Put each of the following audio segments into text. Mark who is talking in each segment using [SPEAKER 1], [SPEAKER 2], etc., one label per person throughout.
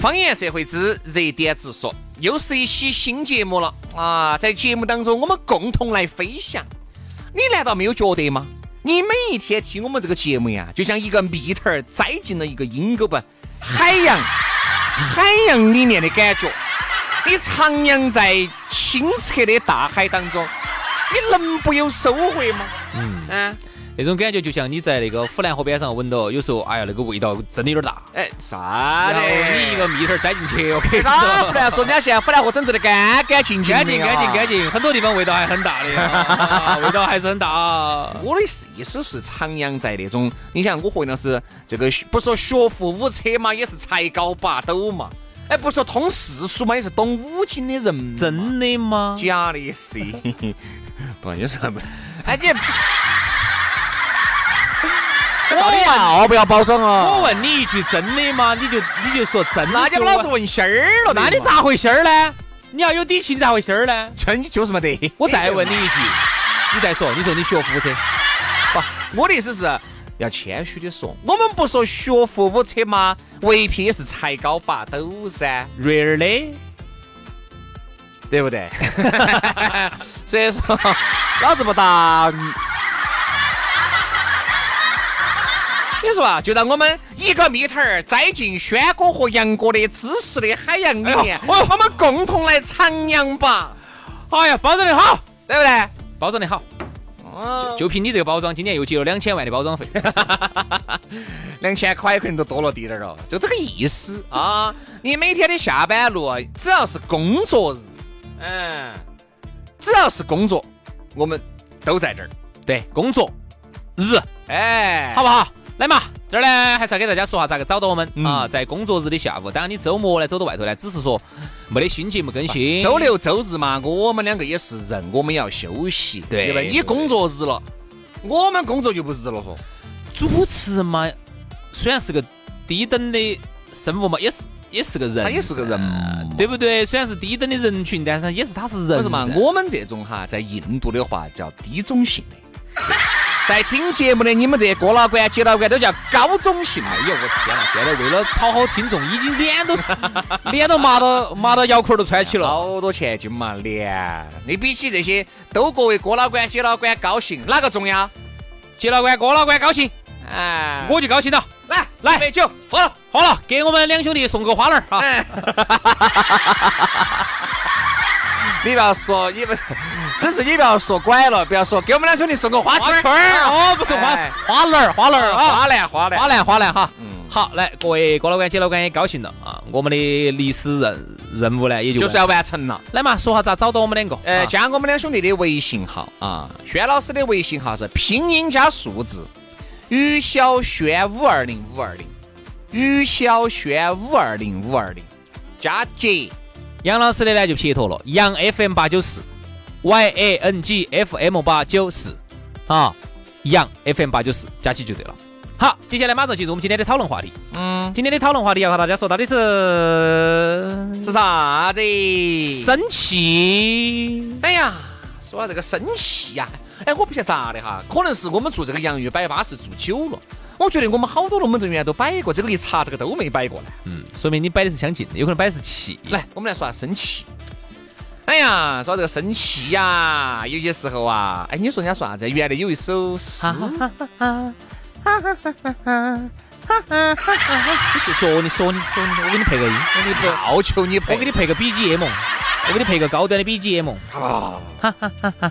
[SPEAKER 1] 方言社会之热点直说，又是一期新节目了啊！在节目当中，我们共同来飞翔。你难道没有觉得吗？你每一天听我们这个节目呀，就像一个蜜桃儿栽进了一个阴沟不海洋， 海洋里面的感觉。你徜徉在清澈的大海当中，你能不有收获吗？嗯，啊，
[SPEAKER 2] 那种感觉就像你在那个湖南河边上闻到，有时候哎呀那个味道真的有点大，
[SPEAKER 1] 哎，啥
[SPEAKER 2] 然
[SPEAKER 1] 的？
[SPEAKER 2] 后你一个蜜桃儿栽进去，我跟你
[SPEAKER 1] 哪湖
[SPEAKER 2] 说，
[SPEAKER 1] 南说人家现在湖南河整治的干干净净的啊，
[SPEAKER 2] 干净干净干净，很多地方味道还很大的啊， 味道还是很大啊。
[SPEAKER 1] 我的意思是徜徉在那种，你想我和杨老师这个学不说学富五车嘛，也是才高八斗嘛，哎，不说通世俗嘛，也是懂五经的人嘛，
[SPEAKER 2] 真的吗？
[SPEAKER 1] 假的是， 不你说不，哎 你，哎我要不要包装
[SPEAKER 2] 我
[SPEAKER 1] 哦？
[SPEAKER 2] 问你一句，真的吗？你就你就说真的，
[SPEAKER 1] 那就老子问心儿了，
[SPEAKER 2] 那你 咋回心儿呢？你要有底气，你咋回心儿呢？
[SPEAKER 1] 真就是没得？
[SPEAKER 2] 我再问你一句，你再说，你说你学富五车，
[SPEAKER 1] 我的意思是要谦虚的说，我们不说学富五车嘛，唯品也是才高八斗噻，
[SPEAKER 2] 瑞儿的，
[SPEAKER 1] 对不对？ 所以说， 老子不打你。所以说啊，就让我们一个蜜桃儿栽进轩哥和杨哥的知识的海洋里
[SPEAKER 2] 哎
[SPEAKER 1] 面，我们共同来徜徉吧，
[SPEAKER 2] 哦哎呀，包装的好，
[SPEAKER 1] 对不对？
[SPEAKER 2] 包装的好，
[SPEAKER 1] 哦，
[SPEAKER 2] 就凭你这个包装，今年又接了两千万的包装费。
[SPEAKER 1] 两千块可能都多了滴点儿了，就这个意思啊。你每天的下班路，啊只要是工作日，嗯，只要是工作，我们都在这儿。
[SPEAKER 2] 对，工作日，
[SPEAKER 1] 哎，
[SPEAKER 2] 好不好？来嘛，这儿呢还是要给大家说下咋个找到我们、
[SPEAKER 1] 嗯
[SPEAKER 2] 啊，在工作日的下午，当然你周末呢走到外头呢，只是说没得新节目更新。
[SPEAKER 1] 啊周六周日嘛，我们两个也是人，我们要休息，
[SPEAKER 2] 对
[SPEAKER 1] 吧？你
[SPEAKER 2] 对
[SPEAKER 1] 工作日了，我们工作就不日了，说
[SPEAKER 2] 主持人嘛，虽然是个低等的生物嘛，也是也是个人，
[SPEAKER 1] 他也是个人嘛
[SPEAKER 2] 对不对？虽然是低等的人群，但是也是他是人。
[SPEAKER 1] 为什么？啊我们这种哈，在印度的话叫低种姓的， 在听节目的你们这些哥老倌、姐老倌都叫高种姓的。
[SPEAKER 2] 哎呦，我天呐！现在为了讨好听众，已经脸都脸都麻到麻到摇壳都穿 起了。
[SPEAKER 1] 好多钱一斤嘛，连你比起这些都各位哥老倌、姐老倌高兴，哪个重要？
[SPEAKER 2] 接老倌，哥老倌高兴，
[SPEAKER 1] 哎，
[SPEAKER 2] 我就高兴了。
[SPEAKER 1] 来
[SPEAKER 2] 来
[SPEAKER 1] 一杯酒喝了。
[SPEAKER 2] 好了，给我们两兄弟送个花篮儿啊！
[SPEAKER 1] 哎， 你不要说，你不是，只是你不要说拐了，不要说给我们两兄弟送个花圈
[SPEAKER 2] 花圈儿哦，不是花
[SPEAKER 1] 哎
[SPEAKER 2] 花篮儿，花篮儿啊，
[SPEAKER 1] 花篮花篮
[SPEAKER 2] 花篮花篮哈。
[SPEAKER 1] 嗯，
[SPEAKER 2] 好，来各位哥老倌、姐老倌也高兴了啊！我们的历史任任务呢，也就
[SPEAKER 1] 就是要啊完成了。
[SPEAKER 2] 来嘛，说下咋找到我们两个？
[SPEAKER 1] 呃，
[SPEAKER 2] 啊
[SPEAKER 1] 加我们两兄弟的微信号啊，轩老师的微信号是拼音加数字，于小轩五二零五二零，于小轩五二零五二零，加姐，
[SPEAKER 2] 杨老师的呢就撇脱了，杨 FM 八九四，Y A N G F M 八九四啊，杨 FM 八九四加起就对了。好，接下来马上进入我们今天的讨论话题。
[SPEAKER 1] 嗯，
[SPEAKER 2] 今天的讨论话题要和大家说到的是
[SPEAKER 1] 是啥子？
[SPEAKER 2] 生气。
[SPEAKER 1] 哎呀，说到这个生气呀，哎，我不晓得咋的哈，可能是我们做这个洋芋摆巴士做久了，我觉得我们好多龙门阵原来都摆过，这个一查这个都没摆过呢。
[SPEAKER 2] 嗯，说明你摆的是相近的，有可能摆的是气。
[SPEAKER 1] 来，我们来说下生气。哎呀，说到这个生气呀，有些时候啊，
[SPEAKER 2] 啊
[SPEAKER 1] 哎，你说人家说啥子？原来有一首诗，
[SPEAKER 2] 你说说你说你说你，我给你配个音，我给你配，
[SPEAKER 1] 要求你配，
[SPEAKER 2] 我给你配个 BGM，我给你配个高端的 BGM。
[SPEAKER 1] 啊，哈哈哈哈哈哈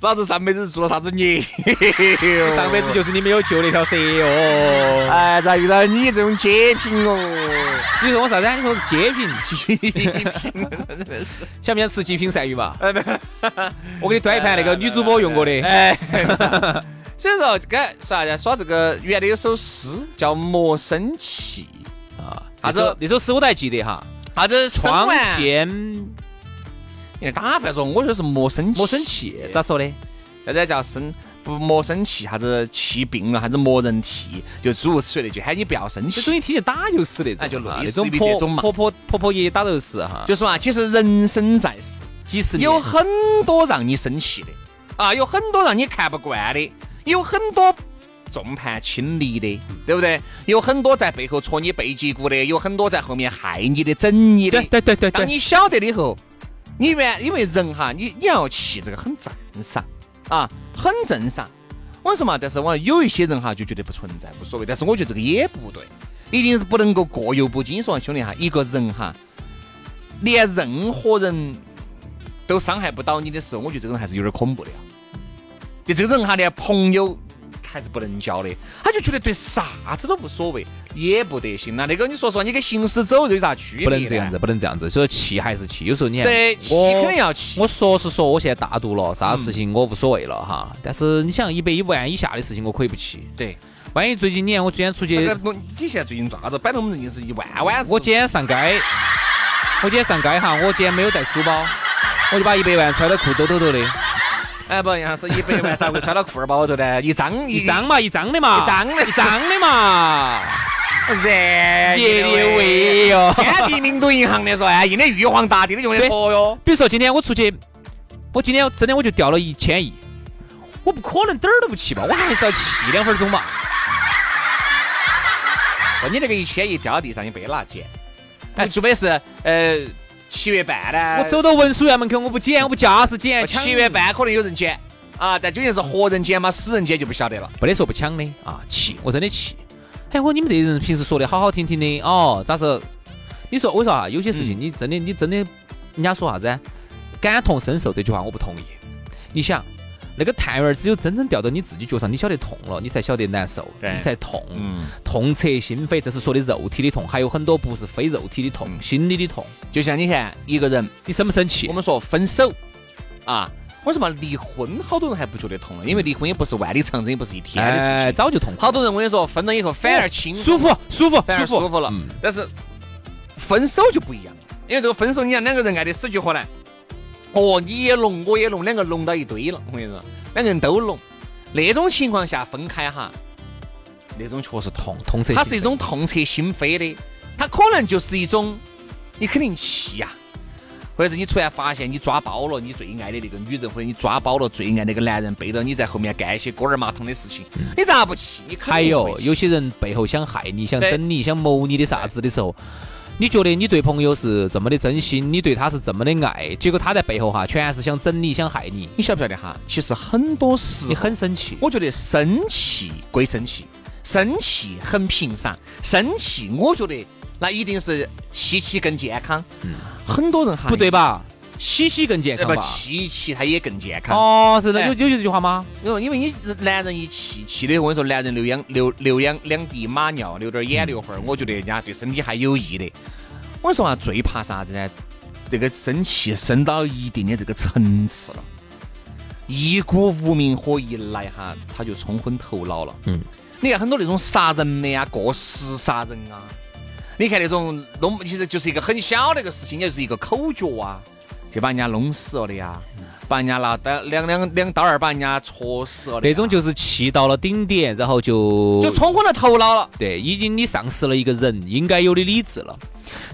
[SPEAKER 1] 老子上辈子做了啥子孽？
[SPEAKER 2] 上辈子就是你没有救那条蛇哦。
[SPEAKER 1] 哎，咋遇到你这种截屏哦？
[SPEAKER 2] 你说我啥子？啊你说我是街贫，
[SPEAKER 1] 截 屏，真 的是。
[SPEAKER 2] 想不想吃极品鳝鱼嘛？ 我给你端一盘那个女主播用过的。
[SPEAKER 1] 哎， 所以说，该说啥子？啊说这个原来有首诗叫《莫生气
[SPEAKER 2] 啊，
[SPEAKER 1] 啥
[SPEAKER 2] 啥
[SPEAKER 1] 子啊
[SPEAKER 2] 子？那首诗我都还记得哈。》，
[SPEAKER 1] 啥子
[SPEAKER 2] 窗前
[SPEAKER 1] 你打饭说，我说是莫生气，
[SPEAKER 2] 莫生气，咋说的？
[SPEAKER 1] 啥子叫生？不莫生气，啥子气病了，啥子磨人气，就诸如此类那句，喊你不要生
[SPEAKER 2] 这种
[SPEAKER 1] 气。
[SPEAKER 2] 一听就打油诗那种，
[SPEAKER 1] 哎就类
[SPEAKER 2] 啊
[SPEAKER 1] 似
[SPEAKER 2] 那种
[SPEAKER 1] 于这
[SPEAKER 2] 婆
[SPEAKER 1] 种嘛
[SPEAKER 2] 婆婆婆婆爷爷打油诗哈，
[SPEAKER 1] 就说啊，其实人生在世，
[SPEAKER 2] 几十年
[SPEAKER 1] 有很多让你生气的，啊，有很多让你看不惯的，有很多众叛亲离的，
[SPEAKER 2] 嗯
[SPEAKER 1] 对不对？有很多在背后戳你背脊骨的，有很多在后面害你的、整你的。
[SPEAKER 2] 对对对对
[SPEAKER 1] 当
[SPEAKER 2] 对，
[SPEAKER 1] 你晓得了以后，你原因为人哈，你你要气这个很正常啊，很正常。我跟你说嘛，但是我有一些人哈就觉得不存在无所谓，但是我觉得这个也不对，一定是不能够过犹不及。你说兄弟哈，一个人哈，连任何人都伤害不到你的时候，我觉得这个人还是有点恐怖的、啊。就这个人哈，连朋友还是不能交的，他就觉得对啥子都无所谓，也不得行了。那个你说说，你跟行尸走肉有啥区别？
[SPEAKER 2] 不能这样子，。不能这样子。所以气还是气，有时候你看
[SPEAKER 1] 对，气
[SPEAKER 2] 我
[SPEAKER 1] 肯定要嗯气。
[SPEAKER 2] 我说是说，我现在大度了，啥事情我无所谓了哈。但是你想，一百一万以下的事情我可以不气。
[SPEAKER 1] 对，
[SPEAKER 2] 万一最近你看我今天出
[SPEAKER 1] 这
[SPEAKER 2] 去
[SPEAKER 1] 个，东，你现在最近做啥子？摆龙门阵就是一万万次。
[SPEAKER 2] 我今天上街，我今天上街哈，我今天没有带书包，我就把一百万揣到裤兜兜头的，
[SPEAKER 1] 哎不，杨老师一百万咋会揣到裤儿包头呢？一张啊
[SPEAKER 2] 一张嘛，一张的嘛，
[SPEAKER 1] 一张的
[SPEAKER 2] 一张的嘛，
[SPEAKER 1] 热
[SPEAKER 2] 别的哎喂哟。
[SPEAKER 1] 天地名都银行的说，哎，印的玉皇大帝的用的说哟。
[SPEAKER 2] 比如说今天我出去，我今天真的我就掉了一千亿，我不可能点儿都不气吧，我还是要气两分钟吧。
[SPEAKER 1] 不，你那个一千亿掉到地上也没拿捡，哎，除非是呃七月半呢，
[SPEAKER 2] 我走到文殊院门口，我不捡，哎我不夹是捡，抢
[SPEAKER 1] 七月半可能有人捡啊，但究竟是活人捡吗？死人捡就不晓得了。
[SPEAKER 2] 没得说不抢的啊，气，我真的气。哎，我你们这些人平时说的好好听听的哦，咋是？你说我说啊，有些事
[SPEAKER 1] 嗯
[SPEAKER 2] 情你真的、你真的，人家说啥子啊？感同身受这句话我不同意。你想，那个探员儿只有真正掉到你自己脚上，你晓得痛了，你才晓得难受，
[SPEAKER 1] 对
[SPEAKER 2] 你才痛，
[SPEAKER 1] 嗯，
[SPEAKER 2] 痛彻心扉。这是说的肉体的痛，还有很多不是非肉体的痛，心理的痛。
[SPEAKER 1] 就像你看一个人，
[SPEAKER 2] 你生不生气
[SPEAKER 1] 嗯我？们说分手啊，为什么离婚好多人还不觉得痛呢？因为离婚也不是万里长征，也不是一天的事情。
[SPEAKER 2] 哎，早就痛。
[SPEAKER 1] 好多人我跟你说，分了以后反而轻
[SPEAKER 2] 舒
[SPEAKER 1] 松
[SPEAKER 2] 服，舒服，
[SPEAKER 1] 反而舒服了。
[SPEAKER 2] 嗯
[SPEAKER 1] 但是分手就不一样了，因为这个分手，你看两个人爱的死去活来，哦，你也聋，我也聋，两个聋到一堆了。我跟你说，两个人都聋，那种情况下分开哈，那种确实痛，
[SPEAKER 2] 痛彻心扉
[SPEAKER 1] 它是一种痛彻心扉的，它可能就是一种你肯定气呀、或者是你突然发现你抓包了你最爱的那个女人，或者你抓包了最爱那个男人，背着你在后面干一些锅儿麻桶的事情，你咋不气？你肯定
[SPEAKER 2] 还有
[SPEAKER 1] 会气
[SPEAKER 2] 有些人背后想害你、想
[SPEAKER 1] 对
[SPEAKER 2] 整你、想谋你的啥子的时候，你觉得你对朋友是这么的真心，你对他是这么的爱，结果他在背后哈，全是想整你、想害你，
[SPEAKER 1] 你晓不晓得哈？其实很多时
[SPEAKER 2] 你
[SPEAKER 1] 候，
[SPEAKER 2] 很生气。
[SPEAKER 1] 我觉得生气归生气，生气很平常，生气我觉得那一定是气气更健康。很多人哈
[SPEAKER 2] 不对，吧？洗洗更健
[SPEAKER 1] 呃
[SPEAKER 2] 康
[SPEAKER 1] 嗯不
[SPEAKER 2] 吧？
[SPEAKER 1] 气气他也更健康。
[SPEAKER 2] 哦，是的，
[SPEAKER 1] 哎
[SPEAKER 2] 有有这句话吗？
[SPEAKER 1] 因为因为你男人一气气的，我跟你说，男人流两流流两两滴马尿，流点眼流花儿，我觉得人家对身体还有益的。我跟你说啊，最怕啥子呢？这个生气生到一定的这个层次了，一股无名火一来哈，他就冲昏头脑了。
[SPEAKER 2] 嗯，
[SPEAKER 1] 你看很多那种杀人的呀，过失杀人啊，你看那种弄，其实就是一个很小的一个事情，也就是一个口角啊，就把人家弄死了的呀。把人家拿刀两两两刀儿把人家戳死了的呀，
[SPEAKER 2] 那种就是气到了顶点，然后就
[SPEAKER 1] 就冲昏了头脑了。
[SPEAKER 2] 对，已经你丧失了一个人应该有的理智了。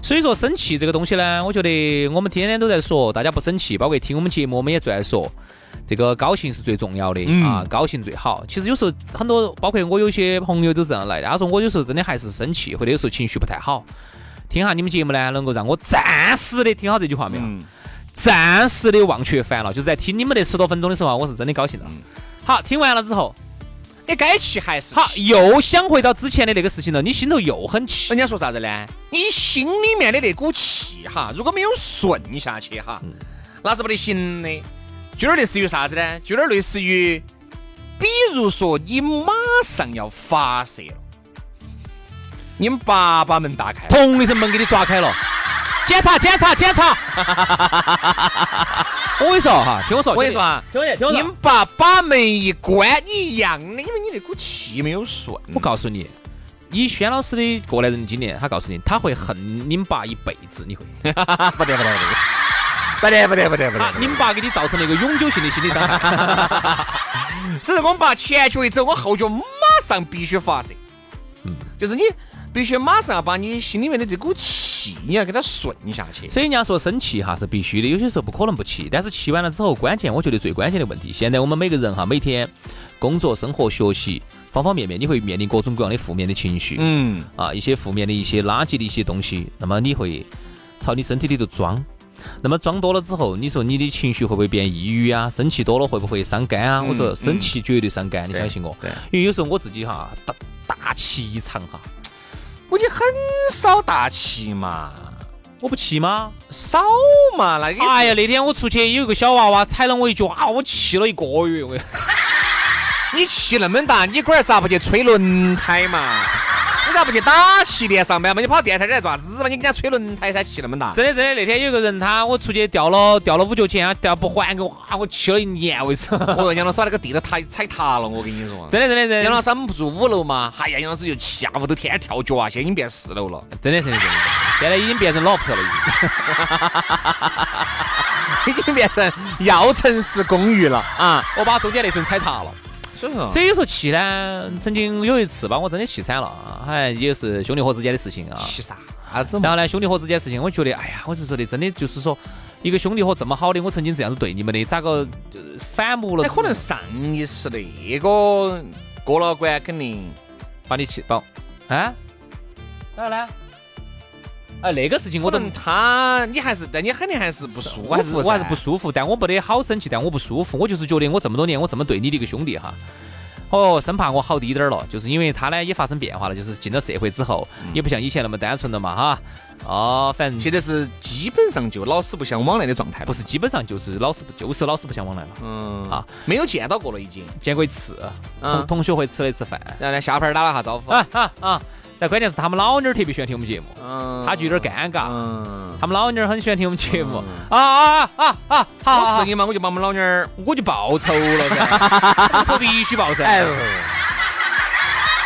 [SPEAKER 2] 所以说，生气这个东西呢，我觉得我们天天都在说，大家不生气，包括听我们节目，我们也在说，这个高兴是最重要的、啊，高兴最好。其实有时候啊很多，包括我有些朋友都这样来的，他说我有时候真的还是生气，或者有时候情绪不太好。听下你们节目呢，能够让我暂时的听好这句话没有？
[SPEAKER 1] 嗯，
[SPEAKER 2] 暂时的忘却烦恼，就是在听你们那十多分钟的时候啊，我是真的高兴了。好，听完了之后，
[SPEAKER 1] 你该气还是
[SPEAKER 2] 好，
[SPEAKER 1] 气
[SPEAKER 2] 又想回到之前的那个事情了，你心头又很气。
[SPEAKER 1] 人家说啥子呢？你心里面的那股气哈，如果没有顺下去哈，那是不得行的。就有点类似于啥子呢？就有点类似于，比如说你马上要发射了，你们爸把门打开，
[SPEAKER 2] 砰的一声门给你抓开了，检查检查检 查。我跟你说哈，听我说，
[SPEAKER 1] 我跟你说啊，
[SPEAKER 2] 兄弟，听我
[SPEAKER 1] 你
[SPEAKER 2] 说
[SPEAKER 1] 们，爸把门一关，你一样的，因为你那股气没有顺。
[SPEAKER 2] 我告诉你，以轩老师的过来人经验，他告诉你，他会恨你们爸一辈子， 你会。
[SPEAKER 1] 不得不得不得不得不得 不得不
[SPEAKER 2] 他
[SPEAKER 1] 得！
[SPEAKER 2] 你们爸给你造成了一个永久性的心理伤 害。
[SPEAKER 1] 只是我们把前脚一走，我后脚马上必须发射。嗯，就是你必须马上要把你心里面的这股气，你要给它顺下去。
[SPEAKER 2] 所以人家说生气哈是必须的，有些时候不可能不气，但是气完了之后，关键我觉得最关键的问题，现在我们每个人哈，每天工作、生活、学习方方面面，你会面临各种各样的负面的情绪，
[SPEAKER 1] 嗯，
[SPEAKER 2] 啊，一些负面的一些垃圾的一些东西，那么你会朝你身体里头装。那么装多了之后，你说你的情绪会不会变抑郁啊？生气多了会不会伤肝啊？我说生气绝对伤肝，你相信我。
[SPEAKER 1] 对
[SPEAKER 2] 因为有时候我自己哈大大气一场哈，
[SPEAKER 1] 我就很少大气嘛，
[SPEAKER 2] 我不气吗？
[SPEAKER 1] 少嘛，那个
[SPEAKER 2] 哎呀，那天我出去有一个小娃娃踩了我一脚，啊，我气了一个月。我
[SPEAKER 1] 你气那么大，你龟儿咋不去吹轮胎嘛？你咋不去打气垫上班嘛？你跑电台里来爪子嘛？你给人家吹轮胎噻，气那么大。
[SPEAKER 2] 真的真的，那天有个人他我出去掉了掉了五角钱，他掉不还给我，啊，我气了一年为止。
[SPEAKER 1] 我说杨老师把那个地都塌踩塌了，我跟你说。
[SPEAKER 2] 真的真的真
[SPEAKER 1] 杨
[SPEAKER 2] 的
[SPEAKER 1] 老师，我们不住五楼嘛？哎呀，杨老师就下屋头天天跳脚啊，现在已经变四楼了。
[SPEAKER 2] 真的真的真的，现在已经变成 loft 了已经。
[SPEAKER 1] 已经变成药城式公寓了啊！
[SPEAKER 2] 我把中间那层踩塌了。
[SPEAKER 1] 所以说
[SPEAKER 2] 所以有时候气呢，曾经有一次把我真的气惨了啊，哎，也是兄弟伙之间的事情啊。
[SPEAKER 1] 气啥子
[SPEAKER 2] 然
[SPEAKER 1] 嘛？
[SPEAKER 2] 后呢，兄弟伙之间的事情，我觉得，哎呀，我就觉得真的就是说，一个兄弟伙这么好的，我曾经这样子对你们的，咋个呃反目了
[SPEAKER 1] 那
[SPEAKER 2] 之后？
[SPEAKER 1] 哎可能上一世那个过了关，肯定
[SPEAKER 2] 把你气爆啊？咋呢？啊，那个事情我
[SPEAKER 1] 可
[SPEAKER 2] 都
[SPEAKER 1] 能他你还是，但你肯定还是不舒服，
[SPEAKER 2] 我还是我还是不
[SPEAKER 1] 舒
[SPEAKER 2] 舒服，但我不得好生气，但我不舒服，我就是觉得我这么多年我这么对你的一个兄弟哈，哦，生怕我好滴点儿了，就是因为他呢也发生变化了，就是进了社会之后，
[SPEAKER 1] 嗯
[SPEAKER 2] 也不像以前那么单纯了嘛哈，哦，反
[SPEAKER 1] 现
[SPEAKER 2] 正
[SPEAKER 1] 在是基本上就老死不相往来的状态了，
[SPEAKER 2] 不是基本上就是老师不就是老师不相往来了，
[SPEAKER 1] 嗯
[SPEAKER 2] 啊
[SPEAKER 1] 啊，没有见到过了已经。
[SPEAKER 2] 见过一次，同
[SPEAKER 1] 嗯
[SPEAKER 2] 同学会吃了一次饭，
[SPEAKER 1] 然后呢，下盘儿打了下招呼，
[SPEAKER 2] 啊啊啊，但关键是他们老妞儿特别喜欢听我们节目，
[SPEAKER 1] 嗯
[SPEAKER 2] 他就有点尴尬。
[SPEAKER 1] 嗯，
[SPEAKER 2] 他们老妞儿很喜欢听我们节目啊
[SPEAKER 1] 嗯
[SPEAKER 2] 啊啊啊啊！好，
[SPEAKER 1] 我
[SPEAKER 2] 好
[SPEAKER 1] 是你嘛，我就把我们老娘儿，
[SPEAKER 2] 我就报仇了 噻，报仇必须报噻。
[SPEAKER 1] 哎呦，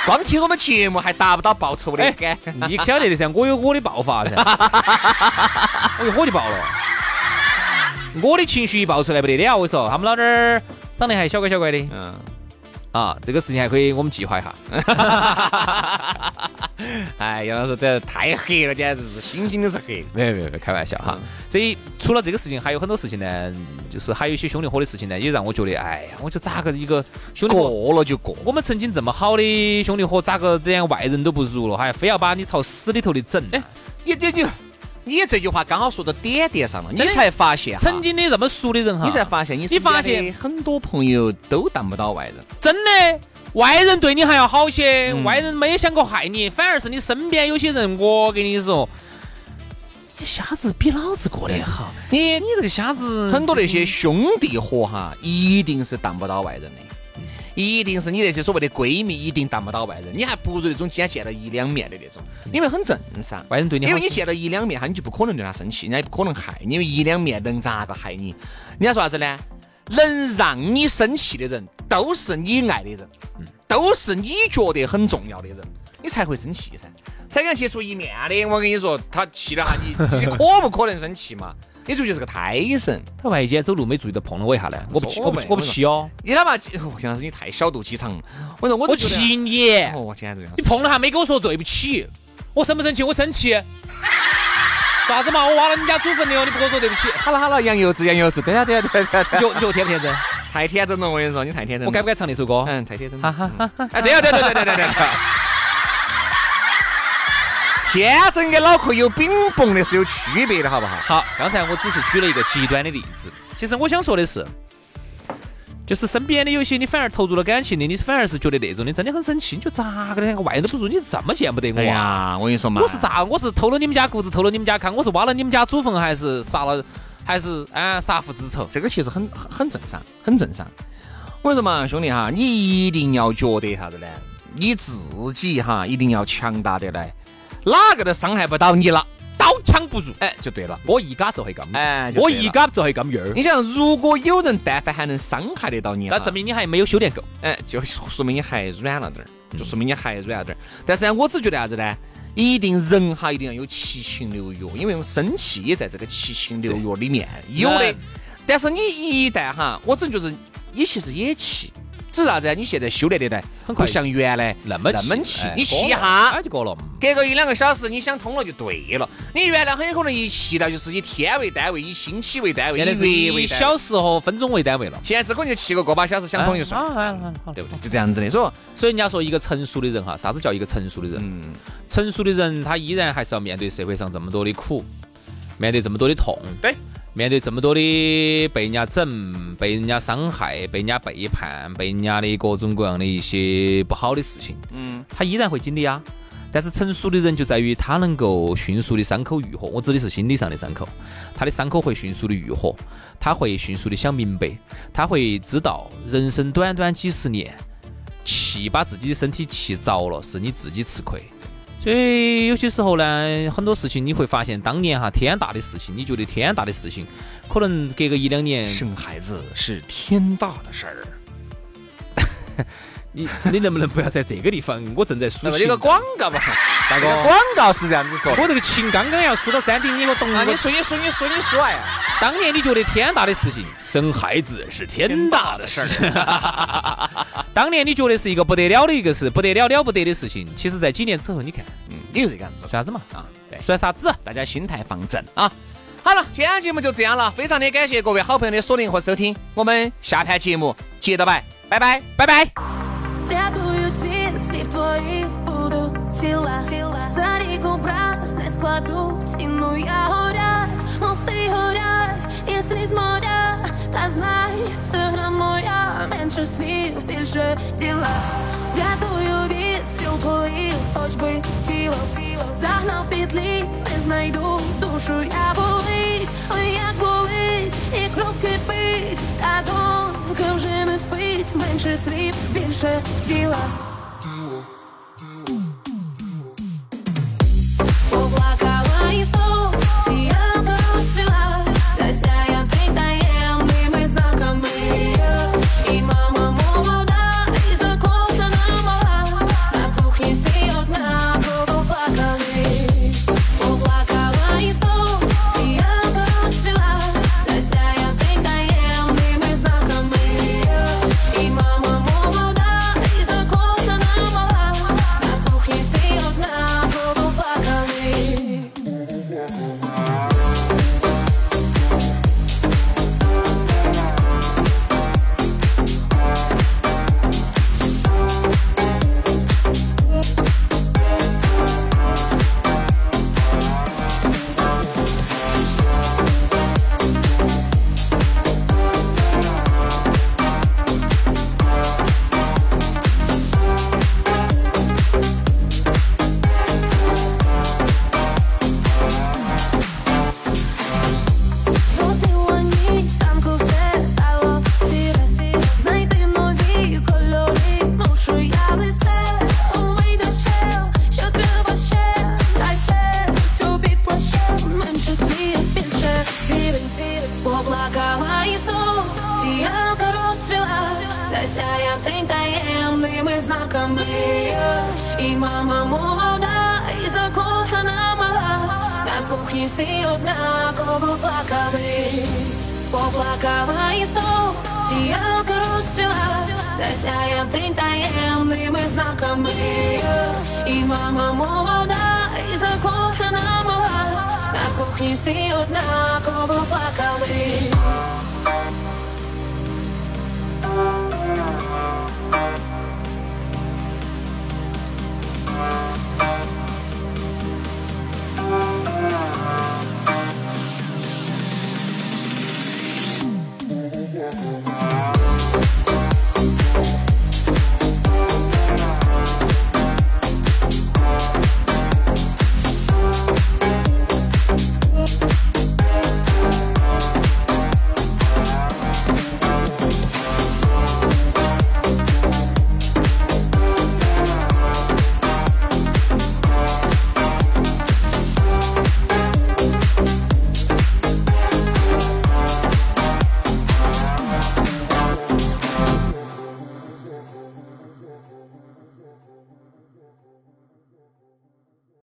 [SPEAKER 1] 光听我们节目还达不到报仇的感 觉。
[SPEAKER 2] 你晓得的噻，我有我的爆发噻，我就我就爆了， 我的情绪一爆出来不得了，我跟你说，他们老点儿长得还小乖小乖的
[SPEAKER 1] 嗯。
[SPEAKER 2] 啊，这个事情还可以我们计划一下。
[SPEAKER 1] 哎，杨老师这太黑了，简直是星星都是黑。
[SPEAKER 2] 没有没有，没有开玩笑哈。所以除了这个事情，还有很多事情呢，就是还有一些兄弟伙的事情呢，也让我觉得，哎呀，我觉得咋个一个兄弟伙
[SPEAKER 1] 过了就过，
[SPEAKER 2] 我们曾经这么好的兄弟伙，咋个连外人都不如了，还非要把你朝死里头的整？
[SPEAKER 1] 哎你你你，你这句话刚好说到点点上了，你
[SPEAKER 2] 真的
[SPEAKER 1] 才发现哈
[SPEAKER 2] 曾，经的这么熟的人哈，
[SPEAKER 1] 你才发现你
[SPEAKER 2] 你发
[SPEAKER 1] 身边的很多朋友都当不到外人，
[SPEAKER 2] 真的，外人对你还要好些，
[SPEAKER 1] 嗯
[SPEAKER 2] 外人没有想过害你，反而是你身边有些人，我跟你说，你瞎子比老子过得好。
[SPEAKER 1] 哎你
[SPEAKER 2] 你这个瞎子，
[SPEAKER 1] 很多那些兄弟伙哈，一定是当不到外人的。一定是你那些所谓的闺蜜，一定当不到外人，你还不如那种今天见到一两面的那种，因为很正常。
[SPEAKER 2] 外人对你好
[SPEAKER 1] 因为你见到一两面哈，你就不可能对他生气，人家也不可能害你，因为一两面能咋个害你？人家说啥子呢？能让你生气的人，都是你爱的人，
[SPEAKER 2] 嗯
[SPEAKER 1] 都是你觉得很重要的人，你才会生气噻。才跟他接触一面的，我跟你说，他气了哈你，你可不可能生气嘛？你注意是个胎神，
[SPEAKER 2] 他万一今天走路没注意到碰了我一下呢？我不气，
[SPEAKER 1] 说
[SPEAKER 2] 我不
[SPEAKER 1] 呗
[SPEAKER 2] 我不气哦，
[SPEAKER 1] 你哪怕去，哦杨老师你太小肚鸡肠了。我说我
[SPEAKER 2] 我
[SPEAKER 1] 就觉得，
[SPEAKER 2] 气你！
[SPEAKER 1] 哦，我简直这样
[SPEAKER 2] 你。碰了还没跟我说对不起，我生不生气？我生气。啥子嘛？我挖了你家祖坟的哦，你不跟我说对不起，
[SPEAKER 1] 好了好了，羊油子羊油子，对呀对呀对呀对呀，
[SPEAKER 2] 你就你就天不天真？
[SPEAKER 1] 太天真了，我跟你说，你太天真了。
[SPEAKER 2] 我该不该唱那首歌？
[SPEAKER 1] 嗯，太天真了。
[SPEAKER 2] 哈哈哈哈！
[SPEAKER 1] 哎，对呀对对对对对对。 天真跟脑壳有冰崩的是有区别的，好不好？
[SPEAKER 2] 好，刚才我只是举了一个极端的例子。其实我想说的是，就是身边的有些你反而投入了感情的，你反而是觉得那种的真的很生气，你就咋个的？个外人都不如你这么见不得我
[SPEAKER 1] 哎
[SPEAKER 2] 啊！
[SPEAKER 1] 呀，我跟你说嘛，
[SPEAKER 2] 我是咋？我是偷了你们家谷子，偷了你们家糠，我是挖了你们家祖坟，还是杀了，还是啊杀父之仇？
[SPEAKER 1] 这个其实很很很正常，很正常。我跟你说嘛，兄弟哈，你一定要觉得啥子呢？你自己哈，一定要强大的来，哪个都伤害不到你了，
[SPEAKER 2] 刀枪不入，
[SPEAKER 1] 哎，就对了。
[SPEAKER 2] 我一嘎就会咁，
[SPEAKER 1] 哎就
[SPEAKER 2] 我
[SPEAKER 1] 对了哎
[SPEAKER 2] 一嘎就会咁样儿。
[SPEAKER 1] 你想，如果有人但凡还能伤害得到你哈，
[SPEAKER 2] 那证明你还没有修炼够。
[SPEAKER 1] 哎，就说明你还软了点
[SPEAKER 2] 嗯
[SPEAKER 1] 儿，就说明你还软了点儿。但是呢，我只觉得啥子呢？一定人哈一定要有七情六欲，因为我生气也在这个七情六欲里面有的
[SPEAKER 2] 嗯。
[SPEAKER 1] 但是你一旦哈，我只能就是你其实也气，只是啥子呢？你现在修炼的呢，
[SPEAKER 2] 很快
[SPEAKER 1] 不像原来
[SPEAKER 2] 那么
[SPEAKER 1] 那么气
[SPEAKER 2] 哎，
[SPEAKER 1] 你气一
[SPEAKER 2] 过了
[SPEAKER 1] 下
[SPEAKER 2] 哎，就过了。嗯
[SPEAKER 1] 隔个一两个小时，你想通了就对了。你原来很有可能一气到就是以天为单位，以星期为单位，
[SPEAKER 2] 现在是
[SPEAKER 1] 以
[SPEAKER 2] 以
[SPEAKER 1] 月为单位
[SPEAKER 2] 小时和分钟为单位了，
[SPEAKER 1] 现在是可能就气个个把小时，想通了就算了，
[SPEAKER 2] 哎好好好好
[SPEAKER 1] 对不对？就这样子的，所以说，
[SPEAKER 2] 所以人家说一个成熟的人哈，啥子叫一个成熟的人？
[SPEAKER 1] 嗯。
[SPEAKER 2] 成熟的人他依然还是要面对社会上这么多的苦，面对这么多的痛，
[SPEAKER 1] 对，
[SPEAKER 2] 面对这么多的被人家整、被人家伤害、被人家背叛、被人家的各种各样的一些不好的事情，
[SPEAKER 1] 嗯，
[SPEAKER 2] 他依然会经历啊。但是成熟的人就在于他能够迅速的伤口愈合，我指的是心理上的伤口，他的伤口会迅速的愈合，他会迅速的想明白，他会知道人生短短几十年，气把自己的身体气着了，是你自己吃亏。所以有些时候呢，很多事情你会发现，当年哈天大的事情，你觉得天大的事情，可能隔个一两年，
[SPEAKER 1] 生孩子是天大的事儿。
[SPEAKER 2] 你你能不能不要在这个地方？我正在
[SPEAKER 1] 那
[SPEAKER 2] 抒
[SPEAKER 1] 么
[SPEAKER 2] 情
[SPEAKER 1] 这个，广告 吧，
[SPEAKER 2] 大
[SPEAKER 1] 那
[SPEAKER 2] 哥
[SPEAKER 1] 个，广告是这样子说的。
[SPEAKER 2] 我这个情刚刚要输到山顶，你给我动
[SPEAKER 1] 啊，
[SPEAKER 2] 我
[SPEAKER 1] 你说，你说，你说，你说呀！
[SPEAKER 2] 当年你觉得天大的事情，生孩子是天大的事儿。当年你觉得是一个不得了的一个事，不得了了不得的事情，其实在几年之后，你看
[SPEAKER 1] 嗯，你就这个样子
[SPEAKER 2] 算啥子嘛？
[SPEAKER 1] 啊，对，
[SPEAKER 2] 算啥子？
[SPEAKER 1] 大家心态放正啊。好了，今天节目就这样了，非常的感谢各位好朋友的锁定和收听，我们下盘节目接着摆，拜拜，拜拜。
[SPEAKER 3] Зрядую світ слів твоїх буду ціла, ціла. За ріку браз не складу ціну я горять, мости горять, і сліз моря. Та знай, це гра моя, менше слів, більше діла. Врятую від стріл твоїх, хоч би тіло, тіло. Загнав під лід, не знайду душу, я болить, ой, як болить, і кров кипить, та донька вже не спить, менше слів, більше діла. Поплакала і знов, і я доросла, засяяв день таємними знаками. І мама молода, і закохана мала, на кухні всі однаково плакали. Поплакала і знов, і я доросла, засяяв день таємними знаками. І мама молода, і закохана мала, на кухні всі однаково плакали. Згодила ніч, зранку все стало сіре. Знайти нові кольори, мушу я лице. Умий дощем, що треба ще, дай серцю під плащем. Менше слів, більше віри. Поплакала і знов, фіалка розцвіла. Засяяв день таємними знаками. І мама молода, і закохана мала. На на кухні всі однаково плакали. Поплакала і знов фіалка розцвіла, засяяв день таємними знаками. І мама молода, і закохана мала, на кухні всі однаково плакали.